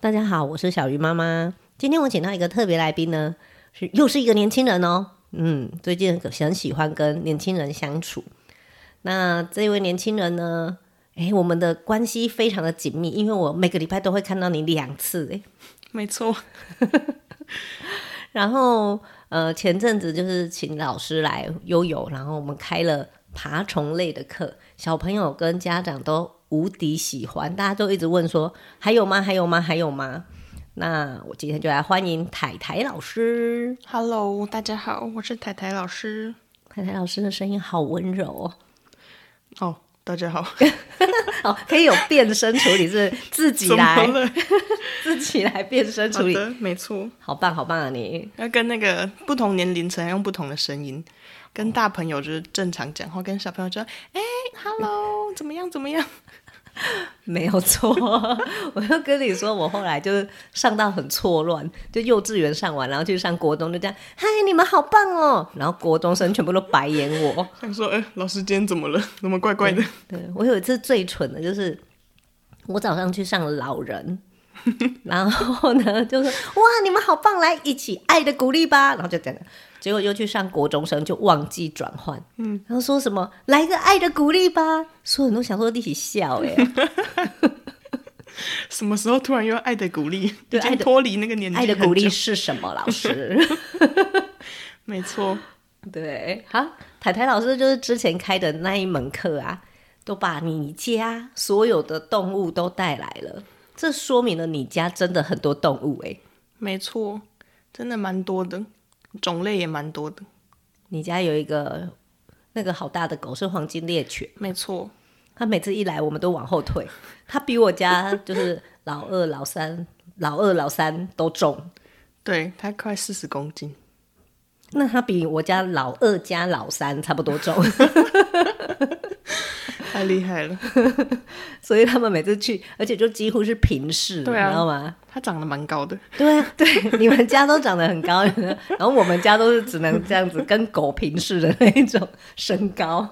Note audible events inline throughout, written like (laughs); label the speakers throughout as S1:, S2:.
S1: 大家好，我是小鱼妈妈。今天我请到一个特别来宾呢，是又是一个年轻人哦。嗯，最近很喜欢跟年轻人相处。那这位年轻人呢，诶，我们的关系非常的紧密，因为我每个礼拜都会看到你两次，诶，
S2: 没错，
S1: (laughs) 然后呃，前阵子就是请老师来悠悠，然后我们开了爬虫类的课，小朋友跟家长都无敌喜欢，大家都一直问说还有吗？还有吗？还有吗？那我今天就来欢迎台台老师。
S2: Hello，大家好，我是台台老师。
S1: 台台老师的声音好温柔哦，
S2: 哦，大家 (laughs) 好，
S1: 哦，可以有变声处理，是自
S2: (laughs)
S1: 己
S2: 怎么
S1: 来
S2: 了？
S1: (laughs) 自己来变声
S2: 好
S1: 处理，
S2: 的，没错，
S1: 好棒好棒啊你！
S2: 要跟那个不同年龄层要用不同的声音，跟大朋友就是正常讲话，跟小朋友就哎、h e l l (laughs) o 怎么样怎么样？
S1: (laughs) 没有错，我就跟你说，我后来就是上到很错乱，就幼稚园上完，然后去上国中，就这样，嗨，你们好棒哦！然后国中生全部都白眼我。
S2: 想说，哎、老师今天怎么了？怎么怪怪的？
S1: 对我有一次最蠢的就是，我早上去上老人， (laughs) 然后呢就说哇，你们好棒，来一起爱的鼓励吧，然后就这样。结果又去上国中生，就忘记转换，嗯，然后说什么来个爱的鼓励吧，所有人都想说一起笑哎、
S2: (laughs) 什么时候突然又要爱的鼓励？
S1: 对
S2: 已
S1: 爱
S2: 经
S1: 的
S2: 脱离那个年纪
S1: 爱的
S2: 很
S1: 鼓励
S2: 久，
S1: 是什么？老师。
S2: 没错， (laughs)
S1: 对，好，台台老师就是之前开的那一门课啊，都把你家所有的动物都带来了，这说明了你家真的很多动物欸诶、
S2: 没错，真的蛮多的，种类也蛮多的，
S1: 你家有一个那个好大的狗是黄金猎犬，
S2: 没错，
S1: 它每次一来我们都往后退，它比我家就是老二、老三、 (laughs) 老二、老三都重，
S2: 对，它快四十公斤，
S1: 那它比我家老二加老三差不多重。
S2: (laughs) 太厉害了，
S1: 所以他们每次去，而且就几乎是平视，
S2: 对啊
S1: 你知道吗？
S2: 它长得蛮高的。
S1: (laughs) 对啊，对，你们家都长得很高，然后我们家都是只能这样子跟狗平视的那一种身高。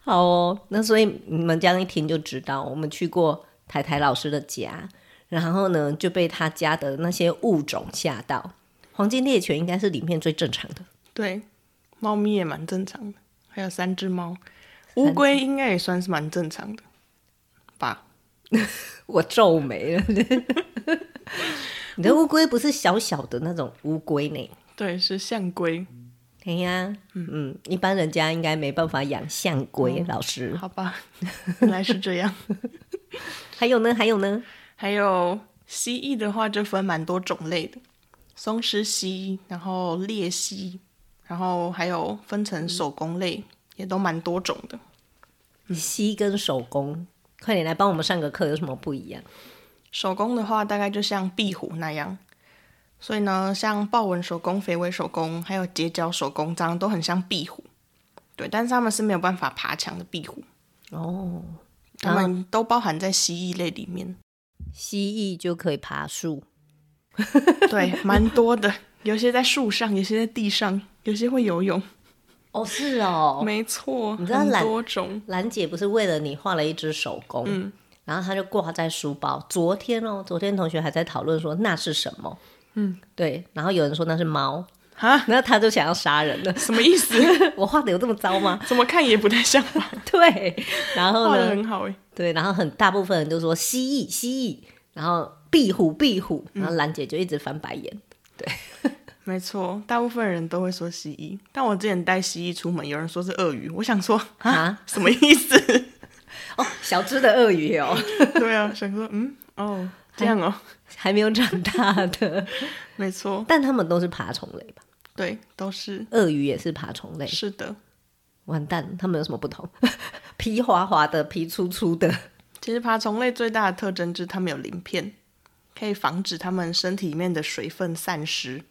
S1: 好哦，那所以你们这样一听就知道，我们去过台台老师的家，然后呢就被他家的那些物种吓到。黄金猎犬应该是里面最正常的，
S2: 对，猫咪也蛮正常的，还有三只猫，乌龟应该也算是蛮正常的吧？
S1: (laughs) 我皱眉了。你的乌龟不是小小的那种乌龟呢？
S2: 对，是象龟，
S1: 哎呀，嗯，一般人家应该没办法养象龟，老师。
S2: 好吧，原来是这 (laughs) 样。
S1: 还有呢，还有呢，
S2: 还有蜥蜴的话，就分蛮多种类的，松狮蜥，然后鬣蜥，然后还有分成手工类，也都蛮多种的。
S1: 吸跟手工，快点来帮我们上个课，有什么不一样？
S2: 手工的话，大概就像壁虎那样。所以呢，像豹纹手工、肥尾手工，还有结角手工，长得都很像壁虎。对，但是它们是没有办法爬墙的壁虎，
S1: 哦，
S2: 它们都包含在蜥蜴类里面。
S1: 蜥蜴就可以爬树，
S2: 对， (laughs) 蛮多的，有些在树上，有些在地上，有些会游泳。
S1: 哦，是哦。
S2: 没错，
S1: 你知道
S2: 很
S1: 懒
S2: 多种。
S1: 兰姐不是为了你画了一只手工，然后她就挂在书包。昨天哦，昨天同学还在讨论说那是什么，嗯，对，然后有人说那是猫，
S2: 啊，
S1: 然后他就想要杀人了。 (laughs)
S2: 什么意思？ (laughs)
S1: 我画的有这么糟 (laughs) 吗？
S2: 怎么看也不太像吧？
S1: 对，然后
S2: 画
S1: 呢
S2: 的？很好哎、
S1: 对，然后很大部分人都说蜥蜴，蜥蜴，然后壁虎，壁虎，然后兰姐就一直翻白眼。
S2: 没错，大部分人都会说蜥蜴，但我之前带蜥蜴出门，有人说是鳄鱼，我想说
S1: 啊
S2: 啊，什么意思？
S1: 哦，小只的鳄鱼哦，
S2: (laughs) 对啊，想说嗯哦这样哦，
S1: (laughs) 还没有长大的，
S2: 没错，
S1: 但它们都是爬虫类吧？
S2: 对，都是
S1: 鳄鱼也是爬虫类，
S2: 是的。
S1: 完蛋，它们有什么不同？ (laughs) 皮滑滑的，皮粗粗的，
S2: 其实爬虫类最大的特征就是它们有鳞片，可以防止它们身体里面的水分散失。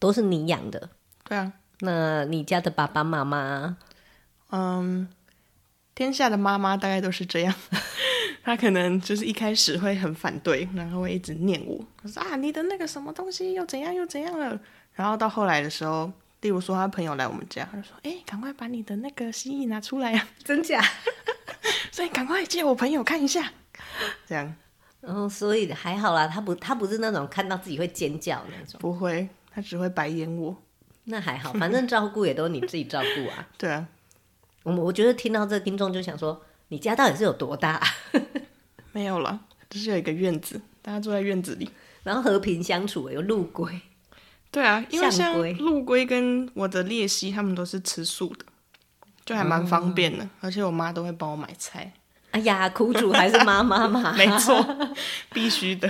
S1: 都是你养的。
S2: 对啊，
S1: 那你家的爸爸妈妈，
S2: 嗯，天下的妈妈大概都是这样， (laughs) 她可能就是一开始会很反对，然后会一直念我，我说啊你的那个什么东西又怎样又怎样了，然后到后来的时候。例如说，他朋友来我们家，他就说：“哎、赶快把你的那个蜥蜴拿出来啊！
S1: 真假？
S2: (laughs) 所以赶快借我朋友看一下。”这样，
S1: 然后哦所以还好啦，他不他不是那种看到自己会尖叫那种，
S2: 不会，他只会白眼我。
S1: 那还好，反正照顾也都是你自己照顾啊。 (laughs)
S2: 对啊，
S1: 我们我觉得听到这听众就想说，你家到底是有多大、啊？
S2: 没有了，只是有一个院子，大家住在院子里。
S1: 然后和平相处，有陆龟，
S2: 对啊，因为
S1: 象
S2: 像
S1: 龟
S2: 陆龟跟我的鬣蜥，他们都是吃素的，就还蛮方便
S1: 嗯
S2: 的。而且我妈都会帮我买
S1: (laughs)
S2: 菜，
S1: 哎呀，苦主还是妈 (laughs) 妈嘛，
S2: 没错，必须的。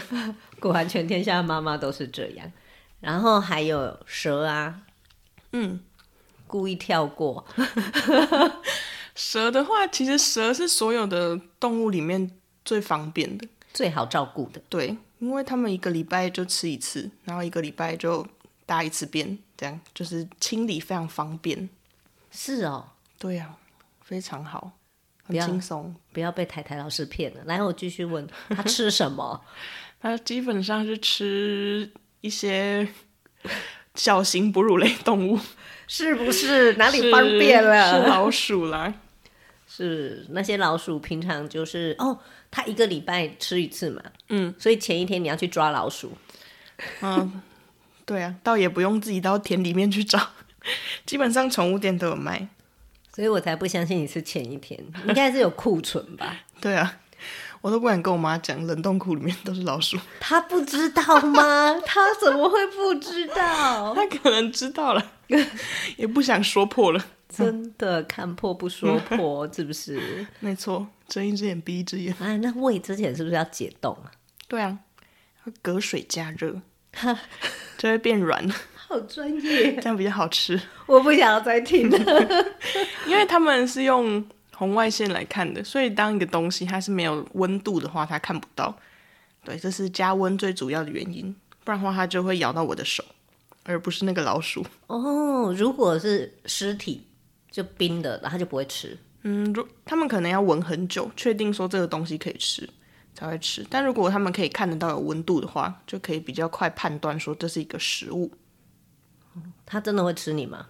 S1: 果然全天下的妈妈都是这样。然后还有蛇啊，
S2: 嗯，
S1: 故意跳过，
S2: 蛇的话，其实蛇是所有的动物里面最方便的，
S1: 最好照顾的。
S2: 对，因为它们一个礼拜就吃一次，然后一个礼拜就大一次便，这样就是清理非常方便。
S1: 是哦，
S2: 对啊，非常好，
S1: 不
S2: 很
S1: 要
S2: 轻松。
S1: 不要被台台老师骗了。来，我继续问他吃
S2: (laughs)
S1: 什么？
S2: 它基本上是吃一些 (laughs) 小型哺乳类动物，
S1: 是不是哪里方便
S2: 是是
S1: 了？
S2: 老鼠啦。
S1: 是那些老鼠平常就是哦，它一个礼拜吃一次嘛，
S2: 嗯，
S1: 所以前一天你要去抓老鼠，
S2: 嗯，对啊，倒也不用自己到田里面去找， (laughs) 基本上宠物店都有卖。
S1: 所以我才不相信你是前一天，应该是有库存吧？
S2: 对啊，我都不敢跟我妈讲，冷冻库里面都是老鼠，
S1: 他不知道吗？他怎么会不知
S2: (laughs)
S1: 道？
S2: 她可能知道 (laughs) 了，也不想说破了。
S1: (laughs) 真的看破不说 (laughs) 破，是不是？
S2: 没错，睁一只眼闭一只眼。
S1: 啊，那胃之前是不是要解冻啊？
S2: 对啊，要隔水加 (laughs) 热，就会变软，
S1: 好专业，
S2: 这样比较好吃。
S1: 我不想要再听了。
S2: 因为他们是用红外线来看的，所以当一个东西它是没有温度的话，它看不到。对，这是加温最主要的原因，不然的话它就会咬到我的手，而不是那个老鼠。
S1: (laughs) 哦，如果是尸体就冰的，然后就不会吃。
S2: 嗯，如他们可能要闻很久，确定说这个东西可以吃才会吃。但如果他们可以看得到有温度的话，就可以比较快判断说这是一个食物。
S1: 他真的会吃你吗？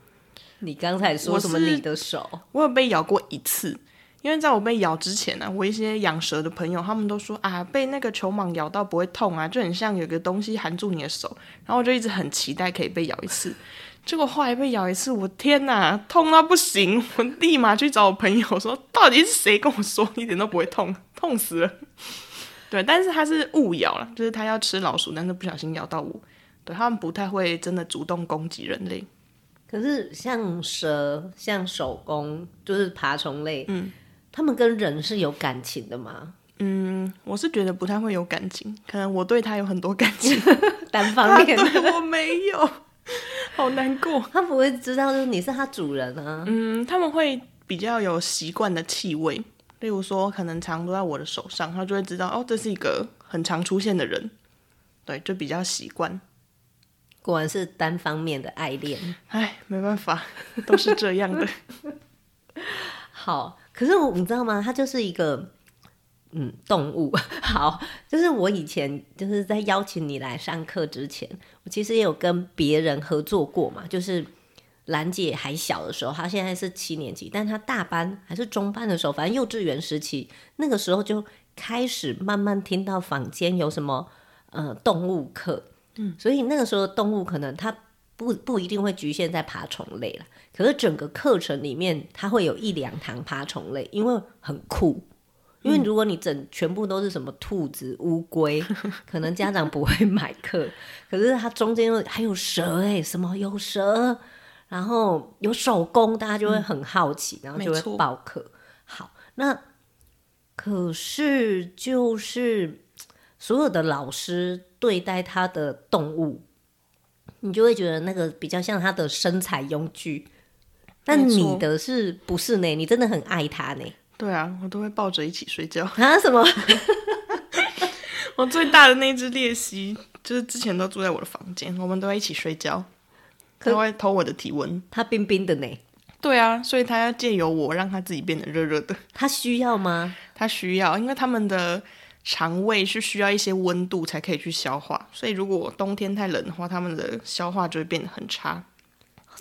S1: 你刚才说什么？
S2: 我是
S1: 你的手
S2: 我有被咬过一次，因为在我被咬之前呢、我一些养蛇的朋友他们都说啊，被那个球蟒咬到不会痛啊，就很像有个东西含住你的手，然后我就一直很期待可以被咬一次。结果后来被咬一次，我天哪，痛到不行！我立马去找我朋友说，到底是谁跟我说一点都不会痛，痛死了。对，但是它是误咬了，就是它要吃老鼠，但是不小心咬到我。对，他们不太会真的主动攻击人类。
S1: 可是像蛇、像手工，就是爬虫类，嗯，他们跟人是有感情的 (laughs) 吗？
S2: 嗯，我是觉得不太会有感情，可能我对他有很多感情，
S1: 单
S2: 他
S1: 方面的，
S2: 对我没有，好难过。
S1: 他不会知道就是你是他主人啊。
S2: 嗯，他们会比较有习惯的气味，例如说可能常都在我的手上，他就会知道哦，这是一个很常出现的人，对，就比较习惯。
S1: 果然是单方面的爱恋。
S2: 唉，没办法，都是这样的。 (laughs)
S1: 好，可是我你知道吗？它就是一个嗯动物。 (laughs) 好，就是我以前就是在邀请你来上课之前，我其实也有跟别人合作过嘛，就是。兰姐还小的时候，她现在是七年级，但她大班还是中班的时候，反正幼稚园时期，那个时候就开始慢慢听到坊间有什么呃动物课，嗯，所以那个时候动物可能它不不一定会局限在爬虫类啦，可是整个课程里面，它会有一两堂爬虫类，因为很酷。
S2: 嗯
S1: 因为如果你整全部都是什么兔子、乌
S2: (laughs)
S1: 龟，可能家长不会买课。可是它中间又还有蛇哎、什么有蛇，然后有手工，大家就会很好奇，然后就
S2: 嗯没
S1: 会
S2: 错
S1: 报课。好，那可是就是所有的老师对待他的动物，你就会觉得那个比较像他的身材用具。但
S2: 没错
S1: 你的是不是呢？你真的很爱他呢？
S2: 对啊，我都会抱着一起睡觉。 (laughs)
S1: 啊？什么？
S2: 我最大的那只鬣蜥，就是之前都住在我的房间，我们都会一起睡觉，它会偷我的体温。
S1: 他冰冰的呢？
S2: 对啊，所以他要借由我让他自己变得热热的。 (laughs)
S1: 他需要吗？
S2: 他需要，因为他们的肠胃是需要一些温度才可以去消化，所以如果冬天太冷的话，他们的消化就会变得很差。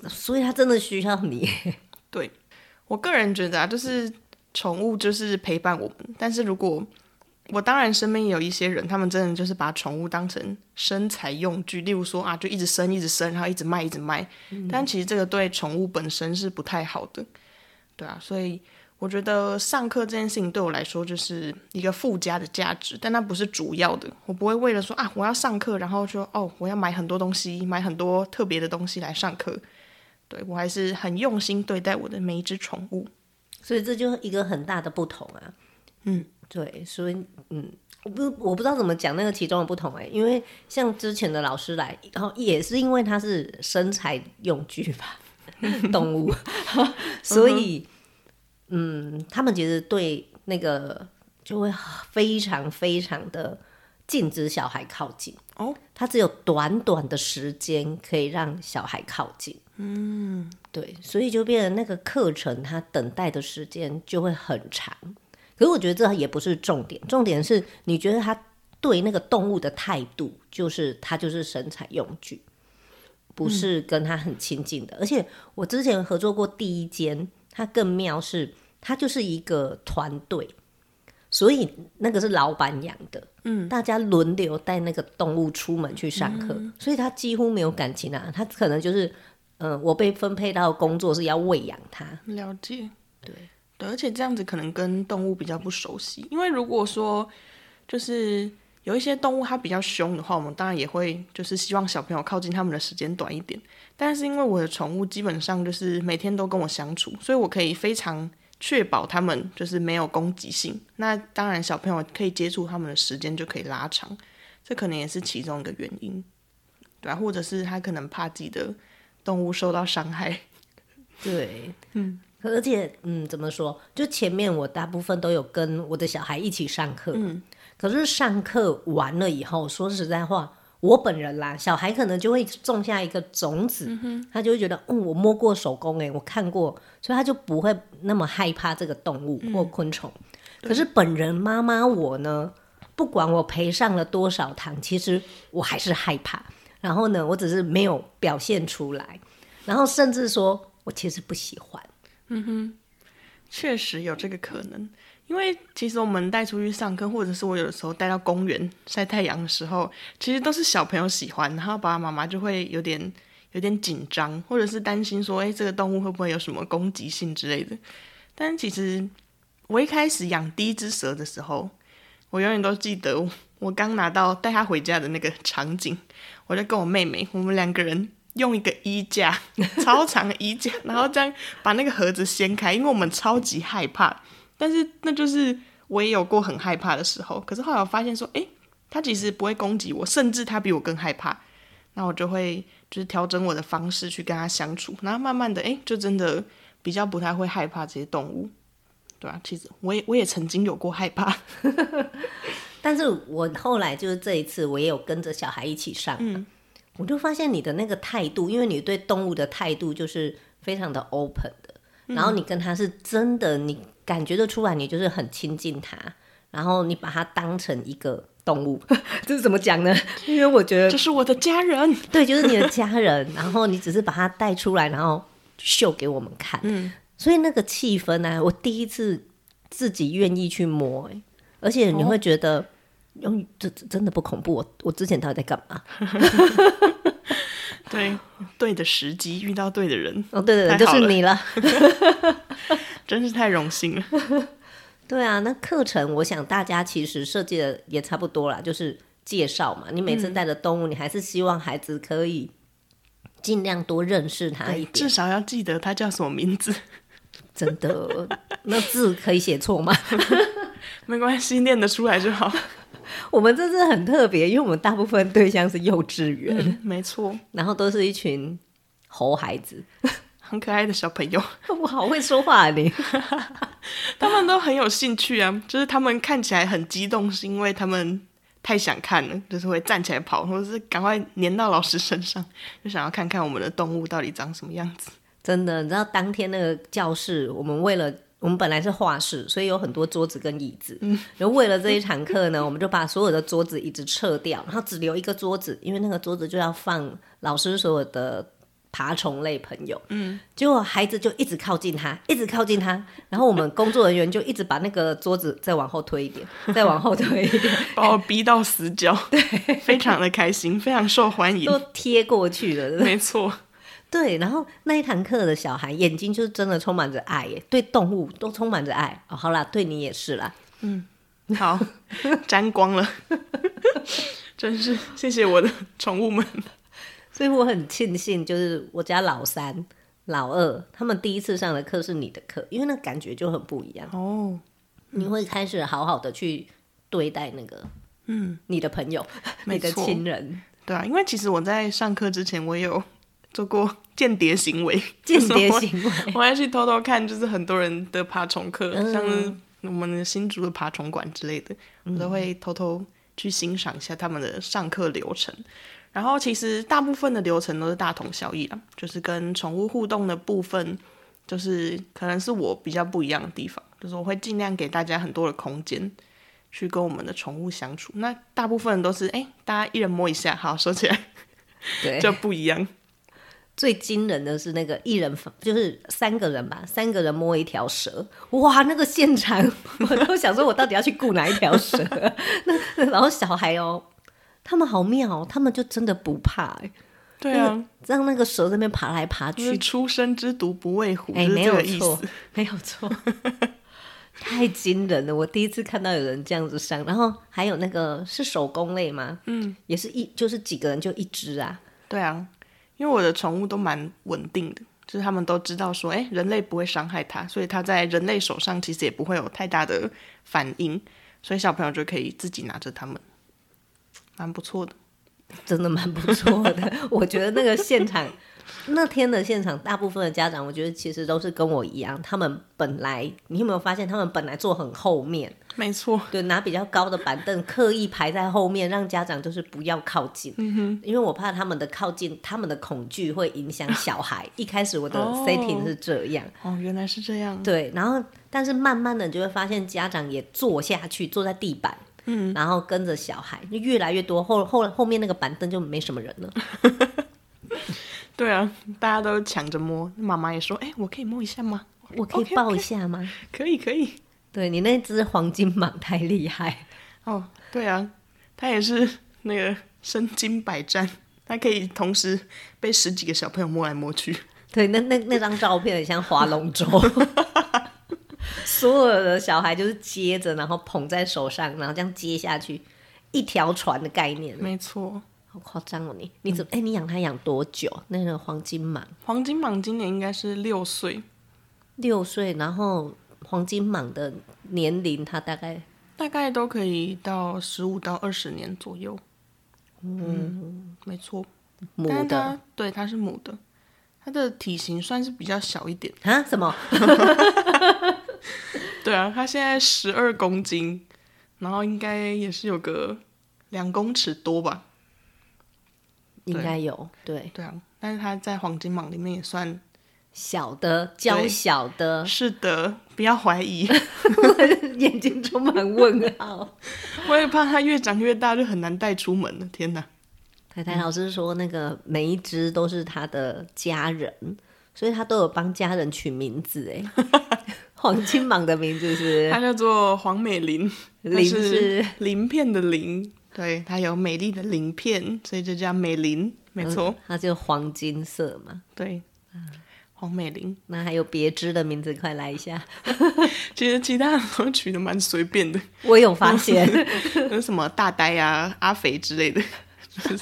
S1: 所以他真的需要你。
S2: 我个人觉得啊，就是宠物就是陪伴我们，但是如果我当然身边也有一些人，他们真的就是把宠物当成生财用具，例如说啊，就一直生，一直生，然后一直卖，一直卖。但其实这个对宠物本身是不太好的，对啊。所以我觉得上课这件事情对我来说就是一个附加的价值，但它不是主要的。我不会为了说啊，我要上课，然后就哦，我要买很多东西，买很多特别的东西来上课。对我还是很用心对待我的每一只宠物。
S1: 所以这就是一个很大的不同啊。
S2: 嗯，
S1: 对，所以嗯，我不我不知道怎么讲那个其中的不同哎、因为像之前的老师来，然后也是因为它是生产用
S2: (laughs)
S1: 具吧，动物，所以嗯，他们其实对那个就会非常非常的禁止小孩靠近。
S2: 哦，
S1: 他只有短短的时间可以让小孩靠近。嗯，对，所以就变成那个课程，他等待的时间就会很长。可是我觉得这也不是重点，重点是你觉得他对那个动物的态度，就是他就是生产用具，不是跟他很亲近的。而且我之前合作过第一间，它更妙是，它就是一个团队，所以那个是老板养的，嗯，大家轮流带那个动物出门去上课，所以他几乎没有感情啊，他可能就是。嗯，我被分配到工作是要喂养它，
S2: 了解，
S1: 对
S2: 对，而且这样子可能跟动物比较不熟悉，因为如果说就是有一些动物它比较凶的话，我们当然也会就是希望小朋友靠近它们的时间短一点。但是因为我的宠物基本上就是每天都跟我相处，所以我可以非常确保它们就是没有攻击性。那当然，小朋友可以接触它们的时间就可以拉长，这可能也是其中一个原因，对吧、啊或者是它可能怕自己的动物受到伤害，
S1: 对，嗯，而且嗯，怎么说？就前面我大部分都有跟我的小孩一起上课，嗯，可是上课完了以后，说实在话。我本人啦，小孩可能就会种下一个种子，他就会觉得，嗯，我摸过手工、欸，我看过，所以他就不会那么害怕这个动物或昆虫。可是本人妈妈我呢，不管我陪上了多少堂，其实我还是害怕。然后呢，我只是没有表现出来，然后甚至说我其实不喜欢。
S2: 确实有这个可能，因为其实我们带出去上课，或者是我有的时候带到公园晒太阳的时候，其实都是小朋友喜欢，然后爸爸妈妈就会有点有点紧张，或者是担心说，哎，这个动物会不会有什么攻击性之类的。但其实我一开始养第一只蛇的时候，我永远都记得我 (laughs) 刚拿到带它回家的那个场景，我就跟我妹妹，我们两个人用一个衣架， (laughs) 超长的衣架，然后这样把那个盒子掀开，因为我们超级害怕。但是那就是我也有过很害怕的时候，可是后来我发现说，诶，它其实不会攻击我，甚至它比我更害怕。那我就会就是调整我的方式去跟它相处，然后慢慢的，诶，就真的比较不太会害怕这些动物，对啊，其实我也我也曾经有过害怕，
S1: 但是我后来就是这一次，我也有跟着小孩一起上，我就发现你的那个态度，因为你对动物的态度就是非常的 open 的，然后你跟他是真的，你感觉得出来，你就是很亲近他，然后你把它当成一个动物， (laughs) 这是怎么讲呢？因为我觉得
S2: 这是我的家人，
S1: 对，就是你的家人，然后你只是把他带出来，然后秀给我们看。嗯，所以那个气氛呢、我第一次自己愿意去摸、欸，而且
S2: 哦
S1: 你会觉得，用、这这真的不恐怖。我我之前到底在干嘛？
S2: 对对的时机遇到对的人，
S1: 哦，对对对，
S2: 太
S1: 就
S2: 好
S1: 是
S2: 了
S1: 你了。
S2: 真是太荣幸了。
S1: 对啊，那课程我想大家其实设计的也差不多啦，就是介绍嘛。你每
S2: 嗯
S1: 次带着动物，你还是希望孩子可以尽量多认识它一点
S2: 至。少要记得它叫什么名字。
S1: 真的，那字可以写错吗？
S2: 没关系， (laughs) 念得出来就好。
S1: 我们这次很特别，因为我们大部分对象是幼稚园，
S2: 嗯没错，
S1: 然后都是一群猴孩子。 (laughs)
S2: 很可爱的小朋友， (laughs)
S1: 我好会说话、啊、你，
S2: 他们都很有兴趣啊。就是他们看起来很激动，是因为他们太想看了，就是会站起来跑，或者是赶快粘到老师身上，就想要看看我们的动物到底长什么样 (laughs) 子。
S1: 真的，你知道当天那个教室，我们为了。我们本来是画室，所以有很多桌子跟椅子。然后为了这一堂课呢，我们就把所有的桌子、椅子撤掉，然后只留一个桌子，因为那个桌子就要放老师所有的爬虫类朋友，
S2: 嗯，
S1: 结果孩子就一直靠近他，一直靠近他，然后我们工作人员就一直把那个桌子再往后推一点，再往后推一点，
S2: 把我逼到死角，对，非常的开心，非常受欢迎，
S1: 都贴过去了，对不对
S2: 没错，
S1: 对，然后那一堂课的小孩眼睛就是真的充满着爱耶，对动物都充满着爱。哦，好啦，对你也是啦。
S2: (laughs) 好，沾光了， (laughs) 真是谢谢我的宠物们，
S1: 所以我很庆幸，就是我家老三、老二他们第一次上的课是你的课，因为那感觉就很不一样。
S2: 哦，
S1: 你会开始好好的去对待那个，嗯，你的朋友、
S2: 没
S1: 你的
S2: 错
S1: 亲人。
S2: 对啊，因为其实我在上课之前，我也有做过间谍行为，
S1: 间谍
S2: 就是 (laughs)
S1: 行为，
S2: 我我还去偷偷看，就是很多人的爬虫课，
S1: 嗯
S2: 像是我们的新竹的爬虫馆之类的，我都会偷偷去欣赏一下他们的上课流程。然后其实大部分的流程都是大同小异啦，就是跟宠物互动的部分，就是可能是我比较不一样的地方，就是我会尽量给大家很多的空间。去跟我们的宠物相处，那大部分都是哎、大家一人摸一下，好收起
S1: (laughs)
S2: 来，
S1: 对，
S2: 就不一样。
S1: 最惊人的是那个一人分，就是三个人吧，三个人摸一条蛇，哇，那个现场我都想说，我到底要去雇哪一条蛇？ (laughs) 那然后小孩哦，他们好妙哦，他们就真的不怕、欸，
S2: 对啊，
S1: 让那个蛇在那边爬来爬
S2: 就是
S1: 去，
S2: 初生之犊不畏虎，
S1: 哎、
S2: 就是
S1: 没
S2: 这
S1: 有
S2: 个意
S1: 错
S2: 思。，
S1: 没
S2: (laughs)
S1: 有错，太惊人了！我第一次看到有人这样子上，然后还有那个是手工类吗？嗯，也是一就是几个人就一只啊，
S2: 对啊，因为我的宠物都蛮稳定的，就是他们都知道说，哎、人类不会伤害它，所以它在人类手上其实也不会有太大的反应，所以小朋友就可以自己拿着它们，蛮不错的。
S1: 真的蛮不错的。我觉得那个现场那天的现场，大部分的家长，我觉得其实都是跟我一样，他们本来你有没有发现，他们本来坐很后面，
S2: 没错，
S1: 对，拿比较高的板凳，刻意排在后面，让家长就是不要靠近，因为我怕他们的靠近，他们的恐惧会影响小孩。一开始我的
S2: 哦
S1: setting 是这样。
S2: 哦，原来是这样。
S1: 对，然后但是慢慢的你就会发现家长也坐下去，坐在地板，嗯，然后跟着小孩，就越来越多，后后后面那个板凳就没什么人了。
S2: 对啊，大家都抢着摸，妈妈也说，哎、我可以摸一下吗？
S1: 我可以
S2: OK，OK
S1: 抱一下吗
S2: 可以，可以。
S1: 对你那只黄金蟒太厉害， (laughs)
S2: 哦，对啊，它也是那个身经百战，它可以同时被十几个小朋友摸来摸去。
S1: 对，那那那张照片很像划龙 (laughs) 舟，所有的小孩就是接着，然后捧在手上，然后这样接下去，一条船的概念，
S2: 没错，
S1: 好夸张哦你！你怎么？哎、你养它养多久？那个黄金蟒
S2: 黄金蟒今年应该是六岁，
S1: 六岁，然后黄金蟒的年龄它大概
S2: 大概都可以到十五到二十年左右。嗯，没错，
S1: 母
S2: 但是
S1: 的
S2: 它对它是母的，它的体型算是比较小一点。
S1: 啊？什么？
S2: 对啊，它现在十二公斤，然后应该也是有个两公尺多吧。
S1: 应该有对
S2: 对啊，但是它在黄金蟒里面也算
S1: 小的娇小的， (laughs)
S2: 是的，不要怀疑。 (laughs)
S1: 眼睛充满问号。
S2: 我也怕它越长越大就很难带出门了。天哪！
S1: 台
S2: 嗯
S1: 台老师说，那个每一只都是他的家人，所以他都有帮家人取名字。哎， (laughs) 黄金蟒的名
S2: (laughs)
S1: 字是
S2: 它叫做黄美 (laughs) 玲，它
S1: 林是
S2: 鳞片的鳞，对，它有美丽的鳞片，所以就叫美玲，没错，
S1: 嗯它就黄金色嘛。
S2: 对，黄美玲。
S1: 那还有别只的名字，快来一下！
S2: 其实其他的都取的蛮随便 (laughs) 的，
S1: 我有
S2: (laughs)
S1: 发
S2: 哦
S1: 现，
S2: 有什么大呆啊、阿肥之类的， (laughs) 就是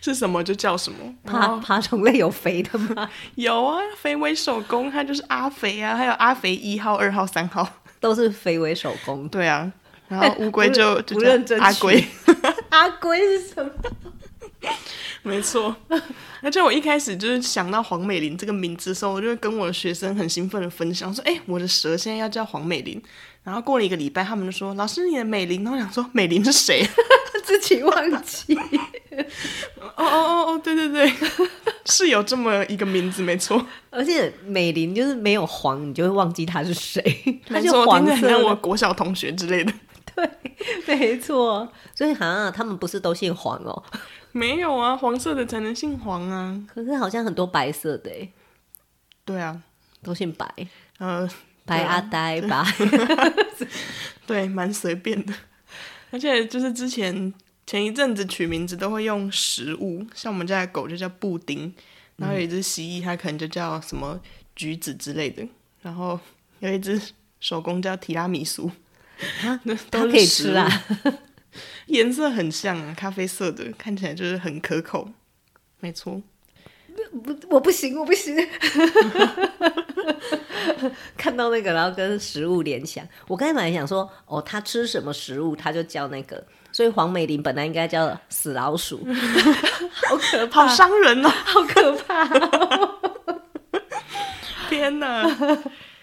S2: 是什么就叫什么。然
S1: 爬
S2: 后
S1: 爬虫类有肥的吗？
S2: 有啊，肥尾手工，它就是阿肥啊，还有阿肥一号、二号、三号，
S1: 都是肥为手工。
S2: 对啊。然后乌龟就就
S1: 不认
S2: 叫
S1: 真
S2: 阿
S1: 取
S2: 龟，
S1: (laughs) 阿龟是什么？
S2: 没错， (laughs) 而且我一开始就是想到黄美玲这个名字的时候，我就跟我的学生很兴奋的分享说：“哎、我的蛇现在要叫黄美玲。”然后过了一个礼拜，他们就说：“老师，你的美玲。”然后我想说：“美玲是谁？” (laughs)
S1: 自己忘记。
S2: 哦哦哦哦，对对对， (laughs) 是有这么一个名字，没 (laughs) 错，
S1: 而且美玲就是没有黄，你就会忘记她是谁。她
S2: 没
S1: 就
S2: 错，
S1: 黄
S2: 听起来很
S1: 色
S2: 像
S1: 的
S2: 我国小同学之类的。 (laughs)
S1: (laughs) 没错。所以好像他们不是都姓黄哦，
S2: 没有啊，黄色的才能姓黄啊。
S1: 可是好像很多白色的诶，
S2: 对啊，
S1: 都姓白，
S2: 呃，
S1: 白阿呆白。
S2: 对，蛮随便的。 (laughs) 而且就是之前前一阵子取名字都会用食物，像我们家的狗就叫布丁，
S1: 嗯
S2: 然后有一只蜥蜴，它可能就叫什么橘子之类的，然后有一只手工叫提拉米苏， (laughs) 那
S1: 它
S2: 都是
S1: 可以
S2: 食
S1: 吃
S2: 物
S1: 啊，
S2: 颜色很像啊，咖啡色的，看起来就是很可口。没错，
S1: 不我不行，我不行。 (laughs) 看到那个，然后跟食物联想。我刚才本来想说，哦，他吃什么食物，他就叫那个。所以黄美玲本来应该叫死老鼠，好可怕，
S2: 好伤人哦！
S1: 好可怕！
S2: 天哪，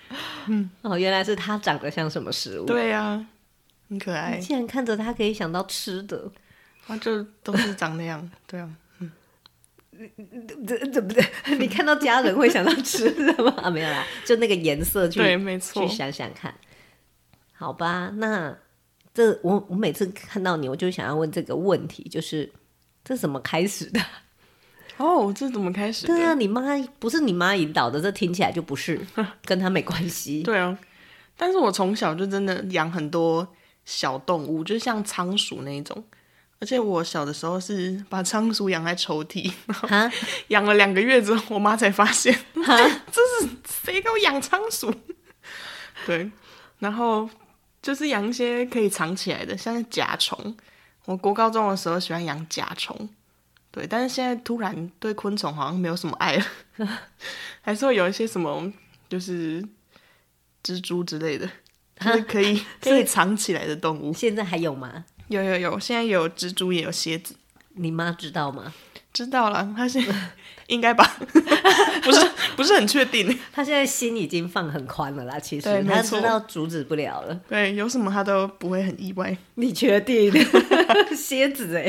S1: (laughs) 哦，原来是他长得像什么食物。
S2: 对啊，很可爱，
S1: 竟然看着他可以想到吃的， (laughs)
S2: 它就都是长那样，对啊。
S1: 怎怎么的？你看到家人会想到吃的吗？啊，没有啦，就那个颜色去
S2: 对没错
S1: 去想想看，好吧？那这我我每次看到你，我就想要问这个问题，就是这怎么开始的？
S2: 哦，这怎么开始的？
S1: 对啊，你妈不是你妈引导的，这听起来就不是跟她没关系。
S2: 对啊，但是我从小就真的养很多小动物，就像仓鼠那一种。而且我小的时候是把仓鼠养在抽屉，
S1: 哈，
S2: 养了两个月之后，我妈才发现， (laughs) 这是谁给我养仓鼠？ (laughs) 对，然后就是养一些可以藏起来的，像是甲虫。我国高中的时候喜欢养甲虫，对，但是现在突然对昆虫好像没有什么爱了， (laughs) 还是会有一些什么就是蜘蛛之类的，就是可以可以藏起来的动物。
S1: 现在还有吗？
S2: 有有有，现在有蜘蛛也有蝎子。
S1: 你妈知道吗？
S2: 知道了，他是应该吧？ (laughs) 不是，不是很确定。
S1: 她现在心已经放很宽了啦，其
S2: 对
S1: 实
S2: 没
S1: 她
S2: 错
S1: 知道阻止不了了。
S2: 对，有什么他都不会很意外。
S1: 你确定？蝎子哎、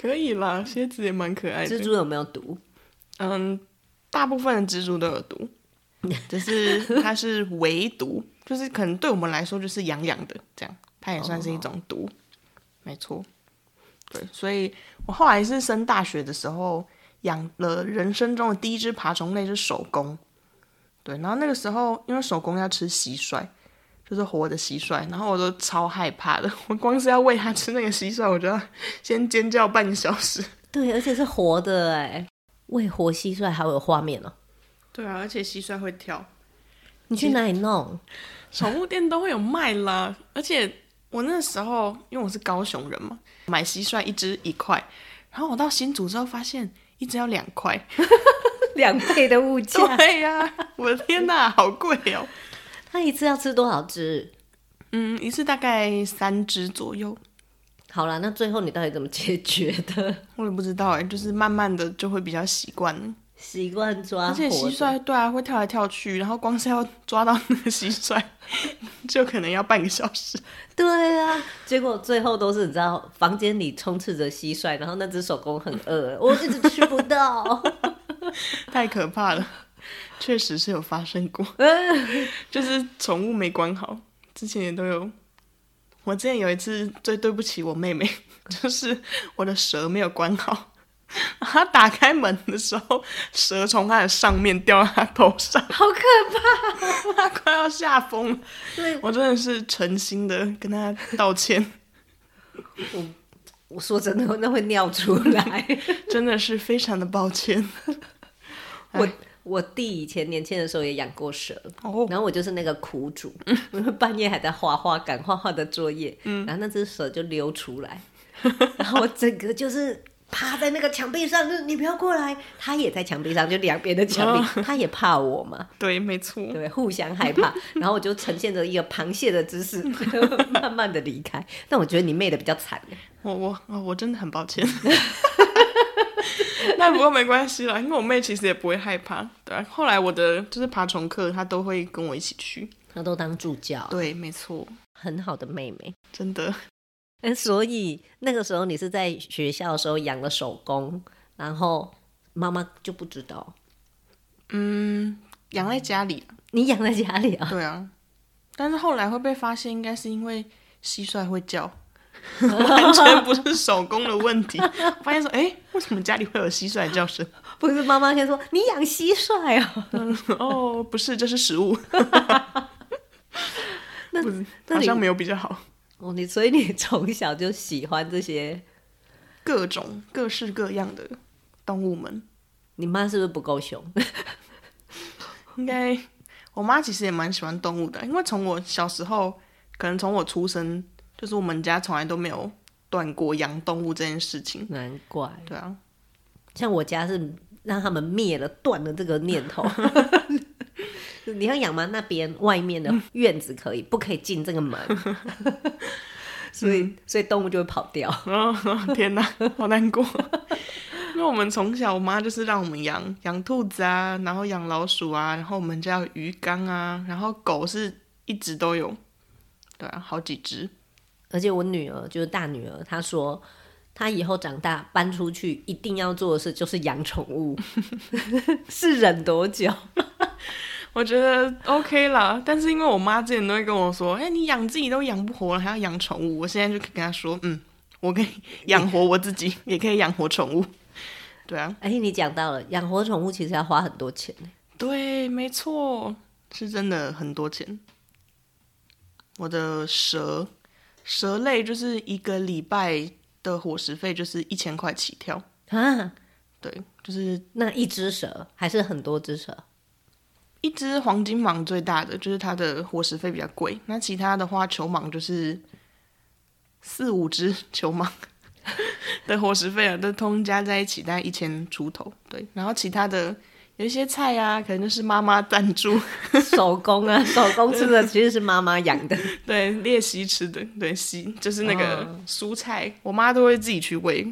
S2: 可以啦，蝎子也蛮可爱
S1: 蜘
S2: 的。
S1: 蛛有没有毒？
S2: 嗯，大部分的蜘蛛都有毒，只是它是微毒，就是可能对我们来说就是痒痒的这样，它也算是一种毒。没错，对，所以我后来是升大学的时候养了人生中的第一只爬虫类是手工，对，然后那个时候因为手工要吃蟋蟀，就是活的蟋蟀，然后我都超害怕的， (laughs) 我光是要喂它吃那个蟋蟀，我就要先尖叫半个小时。
S1: 对，而且是活的哎，喂活蟋蟀还有画面哦、
S2: 对啊，而且蟋蟀会跳，
S1: 你去哪里弄？
S2: 宠物店都会有卖啦。而且我那时候因为我是高雄人嘛，买蟋蟀一只一块，然后我到新竹之后发现一只要两
S1: (laughs)
S2: 块。
S1: 两倍的物价，
S2: 对呀、我的天哪，好贵哦。
S1: 它一次要吃多少只？
S2: 嗯，一次大概三只左右，
S1: 好啦，那最后你到底怎么解决的？ (laughs)
S2: 我也不知道哎，就是慢慢的就会比较习惯了。
S1: 习惯抓
S2: 而且
S1: 活
S2: 蟋
S1: 的
S2: 蟀对啊，会跳来跳去，然后光是要抓到那个蟋蟀， (laughs) 就可能要半个小时。
S1: 对啊，结果最后都是你知道，房间里充斥着蟋蟀，然后那只手工很饿，我一直吃不
S2: (laughs)
S1: 到。
S2: 太可怕了，确实是有发生
S1: (laughs)
S2: 过，
S1: 嗯
S2: 就是宠物没管好，之前也都有。我之前有一次最对不起我妹 (laughs) 妹，就是我的蛇没有关好，她打开门的时候，蛇从她的上面掉到她头上， (laughs)
S1: 好可
S2: 她快要吓疯了。
S1: 对
S2: 我真的是诚心的跟她道歉， (laughs)
S1: 我说真的，那会尿出
S2: (laughs)
S1: 来。
S2: 真的是非常的抱歉。
S1: 我我弟以前年轻的时候也养过蛇，
S2: 哦
S1: 然后我就是那个苦主， (laughs) 半夜还在画画，赶画画的作业，
S2: 嗯
S1: 然后那只蛇就溜出来， (laughs) 然后我整个就是趴在那个墙壁上，就是你不要过来，它也在墙壁上，就两边的墙
S2: 嗯
S1: 壁，它也怕我嘛，
S2: 对，没错，
S1: 对，互相
S2: (laughs)
S1: 害怕，然后我就呈现着一个螃蟹的姿势， (laughs) 慢慢的离开。但我觉得你妹的比较惨，欸
S2: 我我啊我真的很抱歉。 (laughs) 那不过没关系啦，因为我妹其实也不会害怕。对、啊，后来我的就是爬虫课，她都会跟我一起去。
S1: 她都当助教，
S2: 对，没错，
S1: 很好的妹妹。
S2: 真的。
S1: 嗯，所以那个时候你是在学校的时候养了手工，然后妈妈就不知道
S2: 嗯，养 (laughs) 在家里。
S1: 你养在家里啊。 (laughs)
S2: 对啊，但是后来会被发现，应该是因为蟋蟀会 (laughs) 叫，完全不是手工的问题。我发现说，哎、为什么家里会有蟋蟀叫声？
S1: 不是妈妈先说你养蟋蟀
S2: (laughs)
S1: 哦，
S2: 哦，不是，这是食物。不是，
S1: 那
S2: 好
S1: 你
S2: 像没有比较好。
S1: 哦你所以你从小就喜欢这些。
S2: 各种各式各样的动物们，
S1: 你妈是不是不够凶？
S2: 应该我妈其实也蛮喜欢动物的，因为从我小时候，可能从我出生，就是我们家从来都没有断过养动物这件事情。
S1: 难怪，
S2: 对啊， (laughs)
S1: 像我家是让他们灭了断了这个念
S2: (laughs)
S1: 头。你要养吗？那边外面的院子可以，不可以进这
S2: (laughs)
S1: 个门。所
S2: 嗯
S1: 以，所以动物就会跑掉。
S2: 哦、天哪，好难过。 (laughs) 因为我们从小，我妈就是让我们养养兔子啊，然后养老鼠啊，然后我们家有鱼缸啊，然后狗是一直都有，对啊，好几只。
S1: 而且我女儿就是大女儿，她说她以后长大搬出去一定要做的事就是养宠物， (laughs) 是忍多久？
S2: (laughs) 我觉得 OK 啦，但是因为我妈之前都会跟我说：“哎、你养自己都养不活了，还要养宠物。”我现在就可以跟她说：“嗯，我可以养活我自己，也可以养活宠物。” (laughs) 对啊，
S1: 哎，你讲到了养活宠物其实要花很多钱，
S2: 对，没错，是真的很多钱。我的蛇蛇类就是一个礼拜的伙食费就是一千块起跳，
S1: 啊，
S2: 对，就是
S1: 那一只蛇还是很多只蛇， (laughs)
S2: 一只黄金蟒最大的就是它的伙食费比较贵，那其他的话球蟒就是四五只 (laughs) 球蟒的伙食费啊，都通加在一起大概一千出头。对，然后其他的有一些菜啊，可能就是妈妈赞助， (laughs)
S1: 手工啊，手工吃的其实是妈妈养的，
S2: 对，练习吃的，对，西就是那个蔬菜，我妈都会自己去喂，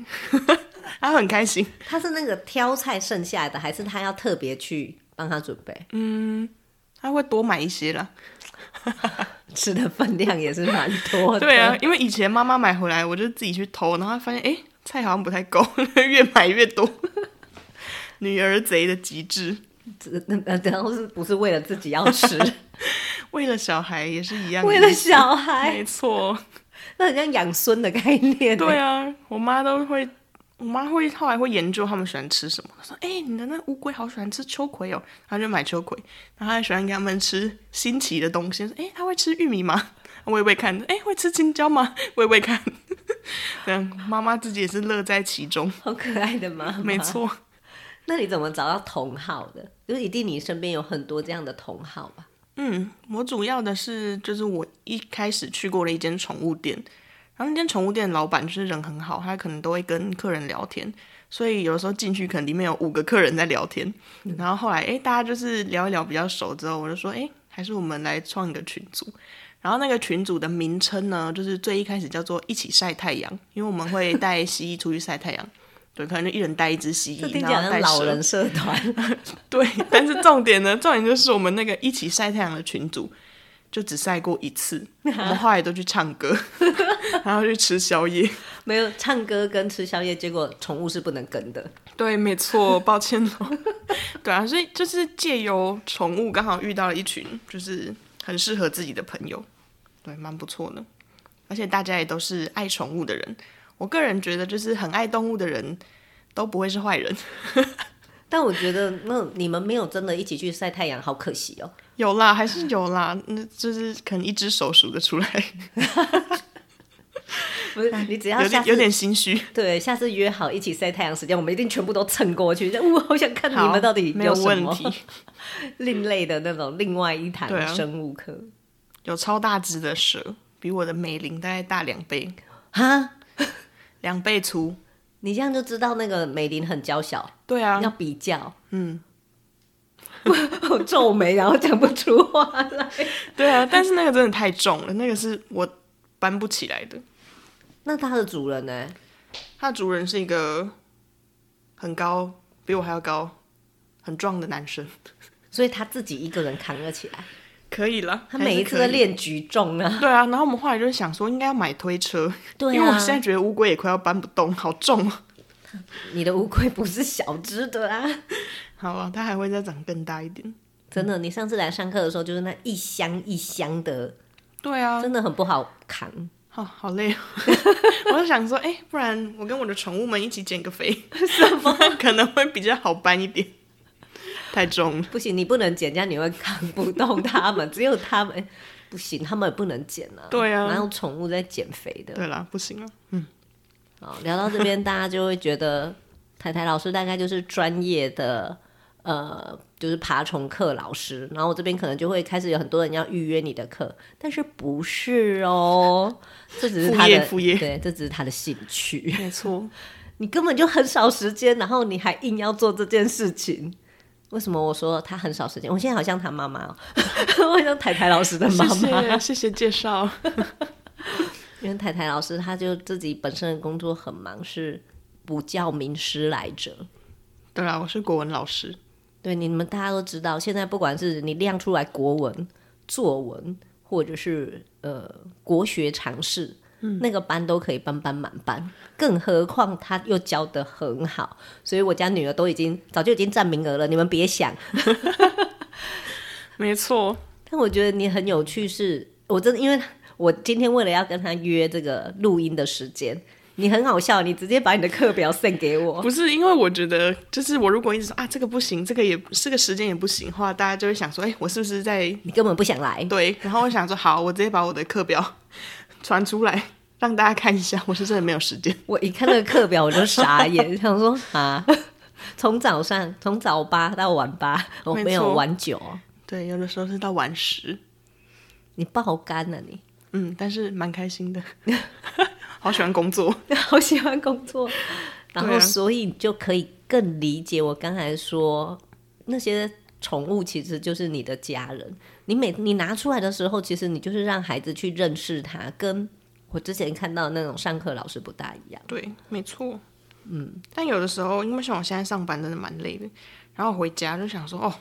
S2: (laughs) 她很开心。
S1: 她是那个挑菜剩下的，还是她要特别去帮她准备？
S2: 她会多买一些啦，
S1: 吃的分量也是蛮多的，
S2: 对啊，，因为以前妈妈买回来，我就自己去偷，然后发现哎、诶菜好像不太够， (laughs) 越买越多。女儿贼的极致，
S1: (laughs) 只那那然后是不是为了自己要
S2: (laughs)
S1: 吃，
S2: 为了小孩也是一样的，
S1: 为了小孩？
S2: 没错，
S1: (laughs) 那很像养孙的概念。
S2: 对，啊，我妈都会，我妈会后来会研究他们喜欢吃什么，她说哎、诶你的那乌龟好喜欢吃秋葵哦，然后就买秋葵，然后还喜欢给他们吃新奇的东西，说哎、诶它会吃玉米吗？喂喂看，哎、会吃青椒吗？喂喂看， (laughs) 这样妈妈自己也是乐在其中，
S1: (laughs) 好可爱的妈妈。
S2: 没。错。
S1: 那你怎么找到同好的？就是一定你身边有很多这样的同好吧？
S2: 嗯，我主要的是就是我一开始去过的一间宠物店，然后那间宠物店的老板就是人很好，他可能都会跟客人聊天，所以有的时候进去可能里面有五个客人在聊天，
S1: 嗯
S2: 然后后来诶大家就是聊一聊比较熟之后，我就说诶还是我们来创一个群组。然后那个群组的名称呢，就是最一开始叫做“一起晒太阳”，因为我们会带蜥蜴出去晒太阳，对，可能就一人带一只蜥
S1: (laughs) 这
S2: 蜴，
S1: 听
S2: 然
S1: 起来
S2: 后带
S1: 像老
S2: 蛇
S1: 人社团， (laughs)
S2: 对，但是重点呢，重点就是我们那个一起晒太阳的群组，就只晒过一次，我们后来都去唱歌， (laughs) 然后去吃宵夜。
S1: 没有唱歌跟吃宵夜，结果宠物是不能跟的。
S2: 对，没错，抱歉哦。 (laughs) 对啊，所以就是借由宠物，刚好遇到了一群就是很适合自己的朋友，对，蛮不错的。而且大家也都是爱宠物的人，我个人觉得就是很爱动物的人都不会是坏人。
S1: 但我觉得，那你们没有真的一起去晒太阳，好可惜哦。
S2: 有啦，还是有啦，那就是可能一只手数得出来，
S1: 不是，你只要
S2: 有
S1: 下
S2: 点
S1: 次
S2: 哎有点心虚。
S1: 对下次约好一起晒太阳时间，我们一定全部都蹭过去。我好想看
S2: 好
S1: 你们到底
S2: 没有
S1: 什
S2: 问
S1: 么
S2: 题，
S1: (laughs)
S2: (laughs)
S1: 另类的那种另外一堂
S2: 对啊
S1: 生物课
S2: 有超大只的蛇，比我的梅林大概大两倍，
S1: 哈，
S2: 两倍粗。
S1: 你这样就知道那个美玲很娇小。
S2: 对啊，
S1: (laughs) 要比较，
S2: 嗯，
S1: (laughs) 我皱眉，然后讲不出话来。
S2: 对啊，但是那个真的太重了，那个是我搬不起来的。
S1: 那它的主人呢？
S2: 它的主人是一个很高，比我还要高，很壮的男生。
S1: 所以他自己一个人扛了起来，
S2: 可以了，
S1: 他
S2: 还是
S1: 每一次
S2: 可
S1: 都
S2: 以。
S1: 练举重啊。
S2: 对啊，然后我们后来就是想说，应该要买推车，
S1: 对啊
S2: 因为我现在觉得乌龟也快要搬不动，好重啊。
S1: 你的乌龟不是小只的啊！
S2: 好啊，它还会再长更大一点。
S1: 真的，你上次来上课的时候，就是那一箱一箱的，
S2: 对啊，
S1: 真的很不好扛。
S2: 好、好 (laughs) 累、哦，我就想说，哎、不然我跟我的宠物们一起减个肥，
S1: 什么？
S2: (laughs) 可能会比较好搬一点。太重了，
S1: 不行，你不能减，这样你会扛不动他们，只有他们不行，他们也不能减啊。
S2: 对啊
S1: 哪有宠物在减肥的？
S2: 对啦，不行啊了。
S1: 好，啊聊到这边，大家就会觉得台台老师大概就是专业的， (laughs) 呃，就是爬虫课老师。然后我这边可能就会开始有很多人要预约你的课，但是不是哦？这只是他的
S2: 副业副业
S1: 对，这只是他的兴趣。
S2: 没错，
S1: 你根本就很少时间，然后你还硬要做这件事情。为什么我说他很少时间？我现在好像他妈妈、哦， (laughs) 我好像台台老师的妈妈。
S2: 谢谢谢谢介绍。
S1: 因为台台老师他就自己本身的工作很忙，是补教名师来着。
S2: 对啦，我是国文老师，
S1: 对，你们大家都知道，现在不管是你亮出来国文、作文，或者是呃国学常识，那个班都可以班班满班，更何况他又教的很好，所以我家女儿都已经早就已经占名额了，你们别想。
S2: 没错，
S1: 但我觉得你很有趣是，我真的因为我今天为了要跟他约这个录音的时间，你很好笑，你直接把你的课表送给我。
S2: 不是因为我觉得，就是我如果一直说啊，这个不行，这个也这个时间也不行的话，大家就会想说，哎、我是不是在
S1: 你根本不想来，
S2: 对？然后我想说，好，我直接把我的课表传出来，让大家看一下，我是真的没有时间。
S1: 我一看那个课表我就傻眼，想说啊，从早上从早八到晚八，我
S2: 没
S1: 没有
S2: 错
S1: 晚九哦，
S2: 对，有的时候是到晚十，
S1: 你爆肝了你，
S2: 嗯，但是蛮开心 (laughs) 的，好喜欢工作。
S1: (laughs) 好喜欢工作，然
S2: 对
S1: 后
S2: 啊
S1: 所以你就可以更理解我刚才说那些。宠物其实就是你的家人，你每你拿出来的时候，其实你就是让孩子去认识它，跟我之前看到那种上课老师不大一样。
S2: 对，没错。嗯，但有的时候，因为像我现在上班真的蛮累的，然后回家就想说，哦，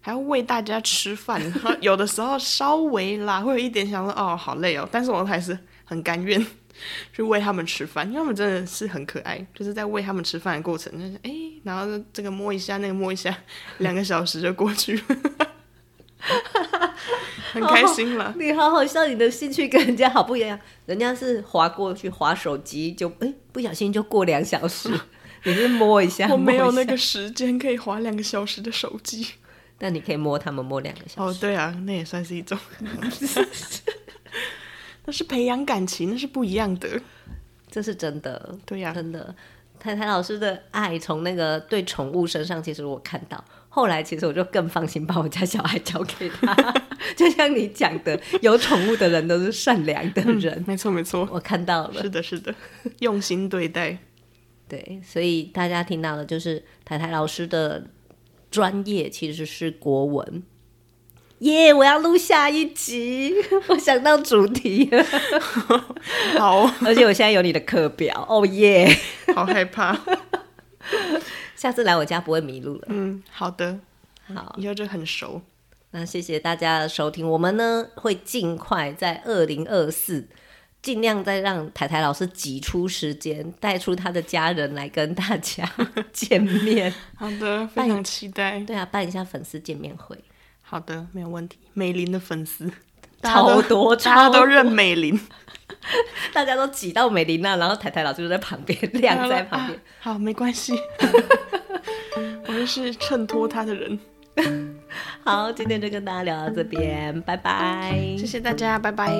S2: 还要喂大家吃饭， (laughs) 然后有的时候稍微啦，会有一点想说，哦，好累哦，但是我还是很甘 (laughs) 愿去喂他们吃饭，因为他们真的是很可爱，就是在喂他们吃饭的过程，就是哎，然后就这个摸一下，那个摸一下，两个小时就过去 (laughs) 了，很开心啦。
S1: (laughs) 你好好笑，你的兴趣跟人家好不一样。人家是划过去划手机，就哎、不小心就过两小时，你是摸一下，
S2: (laughs) 我没有
S1: 摸
S2: 那
S1: 一下，
S2: 个时间可以划两个小时的手机。
S1: 但你可以摸他们摸两个小
S2: (laughs) 哦，
S1: 时。
S2: 对啊，那也算是 (laughs) 一种，那是培养感情，那是不一样的。
S1: 这是真的，
S2: 对啊呀、
S1: 真的。台台老师的爱从那个对宠物身上，其实我看到。后来其实我就更放心把我家小孩交给他， (laughs) 就像你讲的，有宠物的人都是善良的人，
S2: 没错没错，
S1: 我看到了。
S2: 是的，是的， (laughs) 用心对待，
S1: 对，所以大家听到的就是台台老师的专业其实是国文。耶我要录下一集， (laughs) 我想到主题了，
S2: 好 (laughs) 哦
S1: (laughs) 而且我现在有你的课表，哦耶！
S2: 好害
S1: (laughs)
S2: 怕。
S1: 下次来我家不会迷路了。
S2: 嗯，好的，
S1: 好，
S2: 以后就很熟。
S1: 那谢谢大家的收听，我们呢会尽快在二零二四。尽量再让台台老师挤出时间，带出他的家人来跟大家 (laughs) 见 (laughs) 面。
S2: 好
S1: 哎
S2: 的，非常期待。
S1: 对啊，办一下粉丝见面会。
S2: 好的，没有问题。美玲的粉丝，大家
S1: 超
S2: 都 (laughs)
S1: 多，
S2: 大家
S1: 超
S2: 都
S1: 多
S2: 认美玲，
S1: 大家都挤到美琳娜，然后台台老师就在旁边晾在旁边
S2: (laughs) 啊。。好，没关
S1: (laughs)
S2: 系，我就是衬托他的人。
S1: 好，今天就跟大家聊到这边，拜拜
S2: 谢谢大家，拜拜。